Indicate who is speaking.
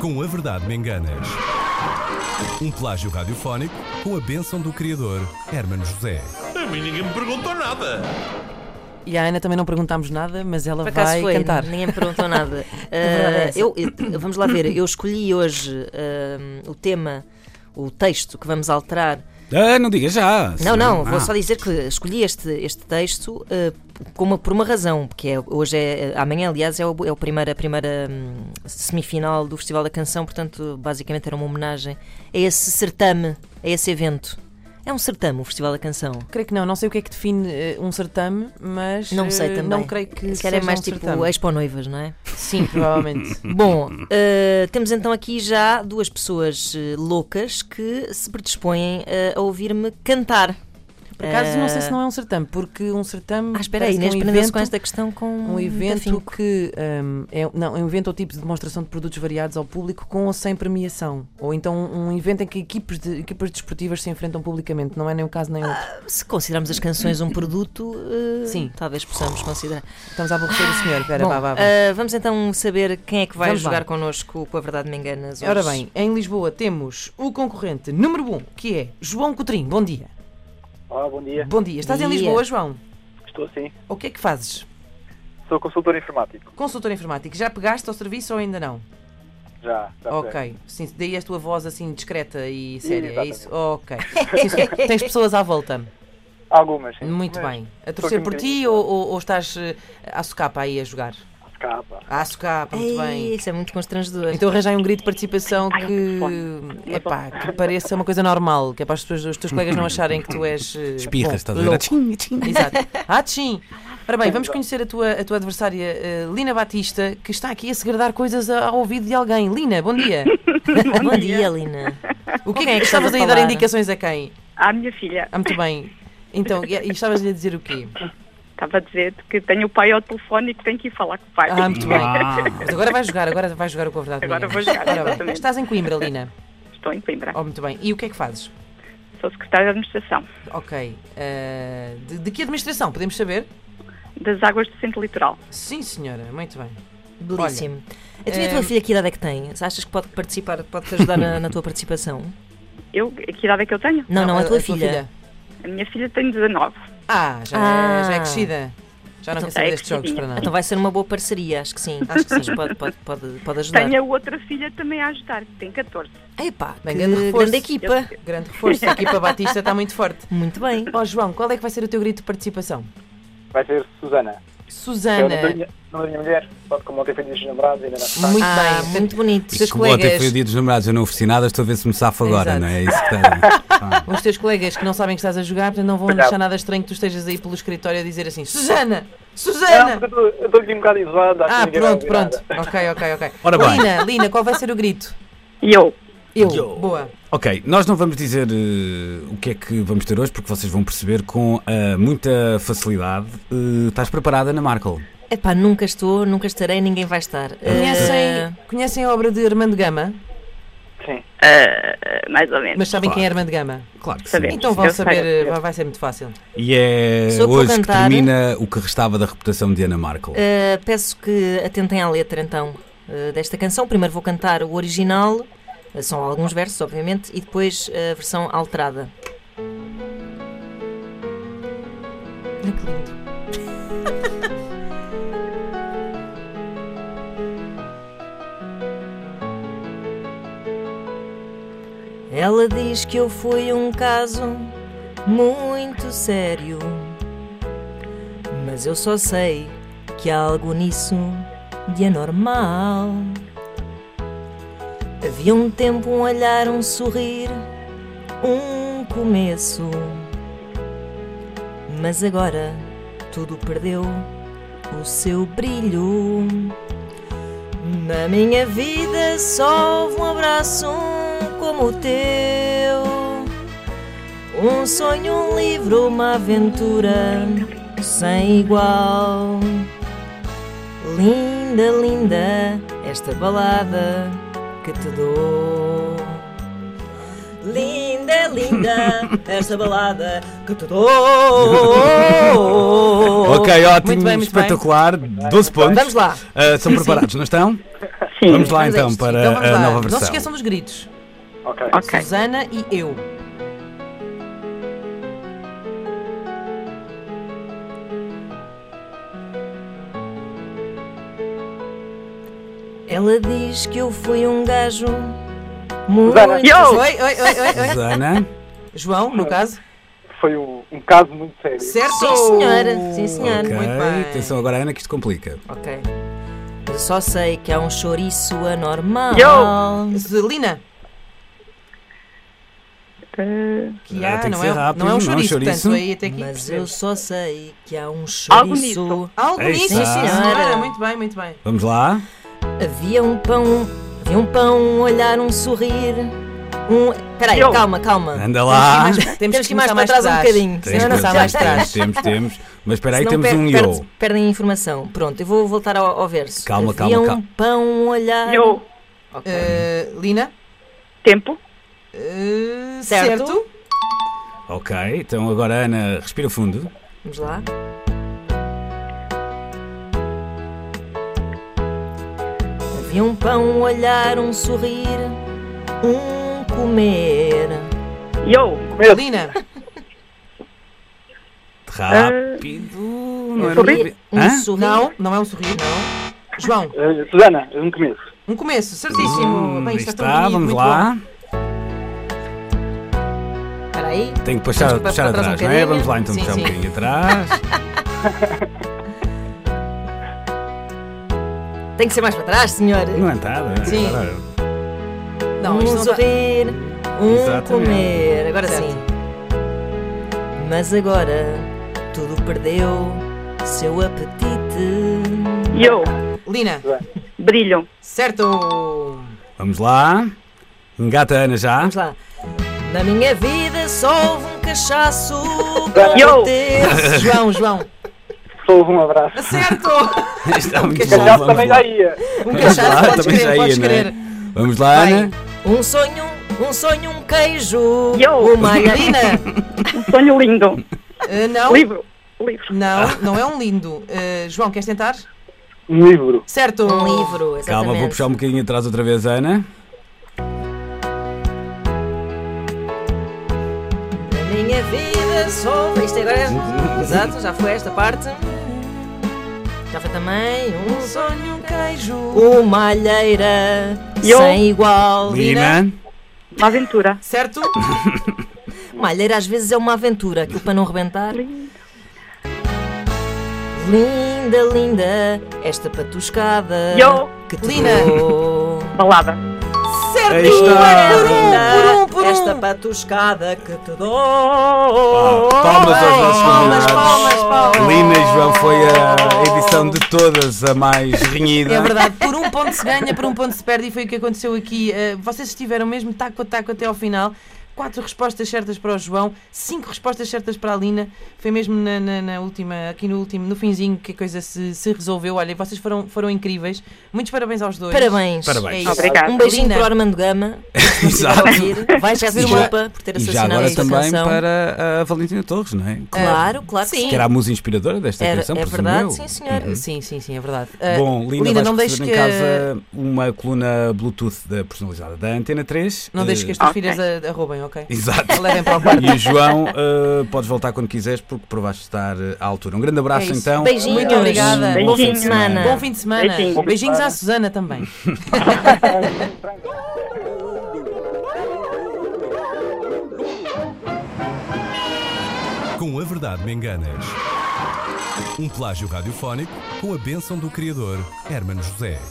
Speaker 1: Com a Verdade Me Enganas. Um plágio radiofónico com a bênção do criador, Hermano José.
Speaker 2: A mim ninguém me perguntou nada.
Speaker 3: E à Ana também não perguntámos nada, mas ela
Speaker 4: Por acaso
Speaker 3: vai
Speaker 4: foi,
Speaker 3: cantar.
Speaker 4: ninguém me perguntou nada.
Speaker 3: verdade é
Speaker 4: Ah,
Speaker 3: essa.
Speaker 4: eu, eu- vamos lá ver, eu escolhi hoje ah, o tema, o texto que vamos alterar.
Speaker 5: Ah, não diga já.
Speaker 4: Não, não,
Speaker 5: Ah.
Speaker 4: vou só dizer que escolhi este, este texto ah, com uma- por uma razão, porque é- hoje é, amanhã, aliás, é, o, é o primeiro, a primeira hum, semifinal do Festival da Canção, portanto, basicamente era uma homenagem a esse certame, a esse evento. É um certame, o Festival da Canção.
Speaker 3: Creio que não, não sei o que é que define eh, um certame, mas
Speaker 4: Não sei
Speaker 3: eh,
Speaker 4: também.
Speaker 3: não creio que
Speaker 4: Se calhar é
Speaker 3: seja
Speaker 4: mais
Speaker 3: um
Speaker 4: tipo
Speaker 3: certame.
Speaker 4: Expo Noivas, não é?
Speaker 3: Sim, provavelmente.
Speaker 4: Bom, eh, temos então aqui já duas pessoas eh, loucas que se predispõem eh, a ouvir-me cantar.
Speaker 3: Por acaso não sei
Speaker 4: Eh,
Speaker 3: se não é um certame, porque um certame
Speaker 4: Ah, espera aí,
Speaker 3: parece que é
Speaker 4: Inês Hum,
Speaker 3: um
Speaker 4: prendeu-se
Speaker 3: evento,
Speaker 4: com esta questão com
Speaker 3: um evento
Speaker 4: afinco.
Speaker 3: que hum, é, não, é um evento ou tipo de demonstração de produtos variados ao público com ou sem premiação. Ou então um evento em que equipes, de- equipas desportivas se enfrentam publicamente, não é nem um caso nem outro.
Speaker 4: Se considerarmos as canções um produto, eh,
Speaker 3: Sim.
Speaker 4: talvez possamos considerar.
Speaker 3: Estamos a aborrecer o senhor, espera,
Speaker 4: Bom,
Speaker 3: vá, vá, vá.
Speaker 4: eh, vamos então saber quem é que vai
Speaker 3: Vamos lá.
Speaker 4: jogar connosco com a Verdade Me Enganas hoje.
Speaker 3: Ora bem, em Lisboa temos o concorrente número 1, um, que é João Cotrim. Bom dia.
Speaker 6: Olá, bom dia.
Speaker 3: Bom dia. Estás em
Speaker 4: Dia.
Speaker 3: Lisboa, João?
Speaker 6: Estou sim.
Speaker 3: O que é que fazes?
Speaker 6: Sou consultor informático.
Speaker 3: Consultor informático, já pegaste ao serviço ou ainda não?
Speaker 6: Já, já sei.
Speaker 3: Ok, sim, daí a tua voz assim discreta e séria,
Speaker 6: Exatamente.
Speaker 3: é isso? Ok. Sim, senhor. Tens pessoas à volta.
Speaker 6: Algumas, sim.
Speaker 3: Muito
Speaker 6: Mas
Speaker 3: bem. A
Speaker 6: só que
Speaker 3: torcer
Speaker 6: um
Speaker 3: por ti
Speaker 6: bocadinho.
Speaker 3: ou, ou- ou estás eh, à socapa aí a jogar?
Speaker 6: Escapa.
Speaker 3: À socapa, muito
Speaker 4: Ei,
Speaker 3: bem.
Speaker 4: Isso é muito constrangedor.
Speaker 3: Então arranjai um grito de participação que, epá, que pareça uma coisa normal, que é para as pessoas- os teus colegas não acharem que tu és. eh,
Speaker 5: Espirras,
Speaker 3: bom,
Speaker 5: estás a ver?
Speaker 3: louco.
Speaker 5: Tchim, tchim.
Speaker 3: Exato. Ah, sim. Ora bem, vamos conhecer a tua, a tua adversária eh, Lina Batista, que está aqui a segredar coisas a- ao ouvido de alguém. Lina, bom dia.
Speaker 4: Bom dia, Lina.
Speaker 3: O que
Speaker 4: quem
Speaker 3: é
Speaker 4: é
Speaker 3: que
Speaker 4: que
Speaker 3: estavas
Speaker 4: estás a
Speaker 3: aí a dar
Speaker 4: falar?
Speaker 3: indicações a quem?
Speaker 7: à minha filha.
Speaker 3: Ah, muito bem. Então, e, e estavas-lhe a dizer o quê?
Speaker 7: Estava a dizer que tenho o pai ao telefone e que tenho que ir falar com o pai.
Speaker 3: Ah, muito bem.
Speaker 5: Ah.
Speaker 3: Mas agora vais jogar, agora vais jogar o com a verdade.
Speaker 7: Agora
Speaker 3: Lina.
Speaker 7: vou jogar,
Speaker 3: Ora bem,
Speaker 7: exatamente.
Speaker 3: estás em Coimbra, Lina.
Speaker 7: Estou em Coimbra.
Speaker 3: Oh, muito bem. E o que é que fazes?
Speaker 7: Sou secretária de Administração
Speaker 3: Ok. eh, de, de que administração? Podemos saber?
Speaker 7: das Águas do Centro Litoral.
Speaker 3: Sim, senhora. Muito bem.
Speaker 4: Belíssimo. Então, e a tua filha que idade é que tem? Achas que pode participar, pode-te ajudar na, na tua participação?
Speaker 7: Eu, que idade é que eu tenho?
Speaker 4: Não, não, a, tua filha.
Speaker 7: A minha filha tem 19.
Speaker 3: Ah, já, é, já é
Speaker 4: Ah.
Speaker 3: crescida. Já não quer
Speaker 7: Então,
Speaker 3: saber
Speaker 7: é
Speaker 3: destes jogos para
Speaker 7: crescidinha.
Speaker 3: nada.
Speaker 4: Então vai ser uma boa parceria, acho que sim. Acho que sim, pode, pode, pode, pode ajudar.
Speaker 7: Tenho a outra filha também a ajudar, que tem 14.
Speaker 4: Epá,
Speaker 3: Bem,
Speaker 4: que
Speaker 3: grande
Speaker 4: grande,
Speaker 3: reforço.
Speaker 4: equipa.
Speaker 3: Grande reforço. A equipa Batista está muito forte.
Speaker 4: Muito bem.
Speaker 3: Ó João, qual é que vai ser o teu grito de participação?
Speaker 6: Vai ser Susana. É o
Speaker 3: Susana.
Speaker 6: nome da minha- nome da minha mulher. Pronto, como ontem foi dia dos namorados, ainda não se sabe.
Speaker 3: Muito
Speaker 4: Ah,
Speaker 3: bem.
Speaker 4: muito bonito.
Speaker 3: Os teus
Speaker 5: Como ontem foi o
Speaker 3: colegas,
Speaker 5: dia dos namorados, eu não ofereci nada, estou a ver se me safo agora,
Speaker 3: Exato.
Speaker 5: não é? É Isso que está...
Speaker 3: os teus colegas que não sabem que estás a jogar, portanto não vão
Speaker 6: Obrigado.
Speaker 3: achar nada estranho que tu estejas aí pelo escritório a dizer assim: Susana!
Speaker 6: Não,
Speaker 3: Susana!
Speaker 6: porque eu tô- eu estou aqui um bocado isolado. acho que
Speaker 3: Ah,
Speaker 6: ninguém vai
Speaker 3: pronto,
Speaker 6: ouvir
Speaker 3: pronto.
Speaker 6: nada.
Speaker 3: Ok, ok, ok.
Speaker 5: Ora bem.
Speaker 3: Lina, Lina, qual vai ser o grito?
Speaker 7: E eu?
Speaker 3: Eu.
Speaker 5: Eu.
Speaker 3: Boa.
Speaker 5: Ok, nós não vamos dizer eh, o que é que vamos ter hoje, porque vocês vão perceber com ah, muita facilidade. Eh, estás preparada, Ana Markel?
Speaker 4: Epá, nunca estou, nunca estarei, ninguém vai estar.
Speaker 5: Eh,
Speaker 4: Ah,
Speaker 3: Conhecem, conhecem a obra de Armando Gama?
Speaker 6: Sim.
Speaker 7: Ah, mais ou menos.
Speaker 3: Mas sabem
Speaker 5: Claro.
Speaker 3: quem é Armando Gama?
Speaker 5: Claro que
Speaker 7: Sabemos.
Speaker 3: Então vão
Speaker 7: Eu
Speaker 3: saber,
Speaker 7: sei.
Speaker 3: vai- vai ser muito fácil.
Speaker 5: E é
Speaker 4: Sou por
Speaker 5: hoje que
Speaker 4: cantar.
Speaker 5: termina o que restava da reputação de Ana Markel.
Speaker 4: Eh, eh, peço que atentem à letra então eh, desta canção. Primeiro vou cantar o original, eh, são alguns versos, obviamente, e depois a versão alterada.
Speaker 3: Ai, que lindo.
Speaker 4: Ela diz que eu fui um caso muito sério, mas eu só sei que há algo nisso de anormal. Havia um tempo, um olhar, um sorrir, um começo, mas agora tudo perdeu o seu brilho. Na minha vida só houve um abraço um como o teu. Um sonho, um livro, uma aventura sem igual. Linda, linda esta balada que te dou. Linda,
Speaker 8: linda esta balada que te
Speaker 3: Oh!
Speaker 5: Ok,
Speaker 3: Muito
Speaker 5: ótimo,
Speaker 3: bem, muito bem.
Speaker 5: espetacular. 12 pontos.
Speaker 3: Vamos lá.
Speaker 5: Ah, estão preparados, não estão?
Speaker 7: Sim.
Speaker 5: Vamos lá
Speaker 4: Vamos a
Speaker 5: então
Speaker 4: isto.
Speaker 5: para
Speaker 3: Então vamos
Speaker 5: a
Speaker 3: lá.
Speaker 5: nova
Speaker 3: Não
Speaker 5: versão.
Speaker 3: se esqueçam dos gritos.
Speaker 6: Ok.
Speaker 7: Ok.
Speaker 3: Susana e eu.
Speaker 4: Ela diz que eu fui um gajo muito.
Speaker 6: Susana.
Speaker 7: Yo!
Speaker 3: Oi, oi, oi, oi, oi.
Speaker 5: Susana,
Speaker 3: João, no caso.
Speaker 6: Foi um, um caso muito sério.
Speaker 3: Certo?
Speaker 4: Sim, senhora. Sim, senhora.
Speaker 5: ok.
Speaker 3: Muito bem.
Speaker 5: Atenção agora, Ana, que isto complica.
Speaker 3: Ok.
Speaker 4: Eu só sei que é um chouriço anormal.
Speaker 7: Yo!
Speaker 3: Zelina,
Speaker 7: Eh,
Speaker 3: que
Speaker 5: Ah,
Speaker 3: há,
Speaker 5: tem que
Speaker 3: não,
Speaker 5: ser
Speaker 3: é,
Speaker 5: rápido,
Speaker 3: não é
Speaker 5: não,
Speaker 3: um chouriço,
Speaker 5: chouriço.
Speaker 3: portanto, aí até aqui.
Speaker 4: Mas
Speaker 3: percebo.
Speaker 4: eu só sei que há um
Speaker 7: Algo
Speaker 4: chouriço.
Speaker 3: Algo
Speaker 5: Aí
Speaker 3: nisso, sim,
Speaker 5: está.
Speaker 3: senhora. Muito bem, muito bem.
Speaker 5: Vamos lá.
Speaker 4: Havia um pão, havia um pão, um olhar, um sorrir. Um. Peraí,
Speaker 7: Yo!
Speaker 4: calma, calma.
Speaker 5: Anda lá.
Speaker 3: Temos que ir mais- Temos que ir mais
Speaker 4: para
Speaker 3: para
Speaker 4: trás um bocadinho.
Speaker 3: Senão
Speaker 5: Temos,
Speaker 3: não está mais
Speaker 5: temos,
Speaker 3: atrás.
Speaker 5: Temos, temos. Mas espera aí,
Speaker 4: Senão
Speaker 5: temos
Speaker 4: per-
Speaker 5: um
Speaker 4: perde-
Speaker 5: yo.
Speaker 4: Perdem a informação. Pronto, eu vou voltar ao, ao verso.
Speaker 5: Calma,
Speaker 4: Havia
Speaker 5: calma,
Speaker 4: um
Speaker 5: calma.
Speaker 4: pão, um olhar.
Speaker 7: Ah, Eu,
Speaker 4: Ok.
Speaker 3: Eh, Lina,
Speaker 7: tempo.
Speaker 3: eh,
Speaker 4: Certo.
Speaker 3: certo?
Speaker 5: Ok, então agora Ana, respira fundo.
Speaker 4: Vamos lá. Havia um pão, um olhar, um sorrir, um comer.
Speaker 7: Eu,
Speaker 3: Lina,
Speaker 5: Rápido. não era
Speaker 7: sorri-
Speaker 5: rápido.
Speaker 4: Um
Speaker 5: Hã?
Speaker 4: sorrir.
Speaker 3: não, não é um sorriso, não. João,
Speaker 6: Eh, Susana, um começo.
Speaker 3: um começo, certíssimo.
Speaker 5: Hum,
Speaker 3: Bem,
Speaker 5: aí
Speaker 3: isto é tão
Speaker 5: está,
Speaker 3: bonito,
Speaker 5: vamos
Speaker 3: muito
Speaker 5: lá.
Speaker 4: Espera aí.
Speaker 5: Tenho que puxar,
Speaker 4: Temos que
Speaker 5: puxar
Speaker 4: para trás um
Speaker 5: atrás, não é?
Speaker 4: bocadinho.
Speaker 5: Vamos lá então
Speaker 3: Sim,
Speaker 5: puxar um
Speaker 3: sim.
Speaker 5: bocadinho atrás.
Speaker 4: Tem que ser mais para trás, senhor.
Speaker 5: Não é nada.
Speaker 3: Sim.
Speaker 5: Agora,
Speaker 3: bom. Não,
Speaker 4: um
Speaker 3: isto não tá- está...
Speaker 4: sorrir, um
Speaker 5: Exatamente.
Speaker 4: comer. Agora
Speaker 3: Certo.
Speaker 4: sim. Mas agora tudo perdeu seu apetite.
Speaker 7: eu,
Speaker 3: Lina,
Speaker 7: brilho.
Speaker 3: certo?
Speaker 5: Vamos lá. Engata a Ana já.
Speaker 4: Vamos lá. Na minha vida só houve um cachaço para
Speaker 7: Yo!
Speaker 4: ter.
Speaker 3: João, João,
Speaker 6: Só houve um abraço.
Speaker 3: certo!
Speaker 5: Está muito bom.
Speaker 6: Calhau
Speaker 5: Vamos
Speaker 6: também
Speaker 5: lá.
Speaker 6: já ia.
Speaker 3: Um
Speaker 5: Vamos lá,
Speaker 3: cachaço, podes
Speaker 5: também já
Speaker 3: crer,
Speaker 5: ia,
Speaker 3: podes
Speaker 5: não é?
Speaker 3: crer.
Speaker 5: Vamos lá,
Speaker 3: Vai.
Speaker 5: Ana.
Speaker 4: Um sonho, um sonho, um queijo.
Speaker 7: Yo!
Speaker 4: Uma margarina.
Speaker 3: Lina,
Speaker 7: Um sonho lindo.
Speaker 3: eh, não,
Speaker 7: Livro, livro.
Speaker 3: não, não é um lindo. Eh, João, queres tentar?
Speaker 6: Um livro.
Speaker 3: Certo!
Speaker 4: Um livro, exatamente.
Speaker 5: Calma, vou puxar um bocadinho atrás outra vez, Ana.
Speaker 4: Na minha vida só houve... Isto agora é... Exato, já foi esta parte. Já foi também um sonho, um queijo. Uma alheira
Speaker 7: Yo!
Speaker 4: sem igual.
Speaker 5: Lina.
Speaker 7: Uma aventura.
Speaker 3: Certo?
Speaker 4: Uma alheira às vezes é uma aventura, aquilo para não rebentar. Linda, linda, esta patuscada
Speaker 7: Yo!
Speaker 4: que te
Speaker 3: Lina.
Speaker 4: dou.
Speaker 7: Balada.
Speaker 5: Aí
Speaker 3: Certo!
Speaker 5: está.
Speaker 4: Linda,
Speaker 3: por um.
Speaker 4: esta patuscada que te
Speaker 5: Ah,
Speaker 4: dou.
Speaker 5: Palmas aos nossos
Speaker 3: Palmas,
Speaker 5: convidados.
Speaker 3: palmas, palmas!
Speaker 5: Lina e João foi a edição de todas a mais
Speaker 3: É
Speaker 5: renhida.
Speaker 3: verdade, por um ponto se ganha, por um ponto se perde e foi o que aconteceu aqui. Eh, vocês estiveram mesmo taco a taco até ao final. Quatro respostas certas para o João, cinco respostas certas para a Lina. Foi mesmo na, na- na última, aqui no último, no finzinho, que a coisa se, se resolveu. Olha, vocês foram, foram incríveis. Muitos parabéns aos dois.
Speaker 4: Parabéns.
Speaker 5: Parabéns.
Speaker 3: É isso.
Speaker 7: Obrigada.
Speaker 4: Um beijinho
Speaker 3: Lina.
Speaker 4: para o Armando Gama.
Speaker 5: Exato.
Speaker 4: Vai já
Speaker 5: E
Speaker 4: ver
Speaker 5: já-
Speaker 4: uma por ter
Speaker 5: E já
Speaker 4: assassinado
Speaker 5: agora
Speaker 4: esta
Speaker 5: também
Speaker 4: canção.
Speaker 5: para a Valentina Torres, não é?
Speaker 4: Claro, claro que
Speaker 3: Ah, Sim.
Speaker 5: Que era a musa inspiradora desta
Speaker 4: Era-
Speaker 5: canção,
Speaker 4: é
Speaker 5: presumo
Speaker 4: verdade,
Speaker 5: eu.
Speaker 4: sim, senhor.
Speaker 5: Uhum.
Speaker 3: Sim, sim, sim, é verdade. Eh,
Speaker 5: Bom, Lina,
Speaker 3: Lina,
Speaker 5: vais
Speaker 3: não
Speaker 5: receber
Speaker 3: deixes
Speaker 5: em
Speaker 3: que-
Speaker 5: casa uma coluna Bluetooth da personalizada da Antena 3.
Speaker 3: não
Speaker 5: Eh,
Speaker 3: deixes que as tuas
Speaker 7: ok.
Speaker 3: filhas a, a roubem, ok?
Speaker 5: Exato.
Speaker 3: Levem para o quarto.
Speaker 5: E o João, eh, podes voltar quando quiseres, porque provaste estar eh, à altura. Um grande abraço,
Speaker 3: É isso.
Speaker 5: então.
Speaker 4: Beijinhos.
Speaker 3: Muito obrigada.
Speaker 4: Bom fim de
Speaker 7: Beijinhos.
Speaker 4: semana.
Speaker 3: Bom fim de semana.
Speaker 7: Beijinhos.
Speaker 3: Beijinhos à Susana também.
Speaker 1: Com a Verdade Me Enganas. Um plágio radiofónico com a bênção do criador Hermano José.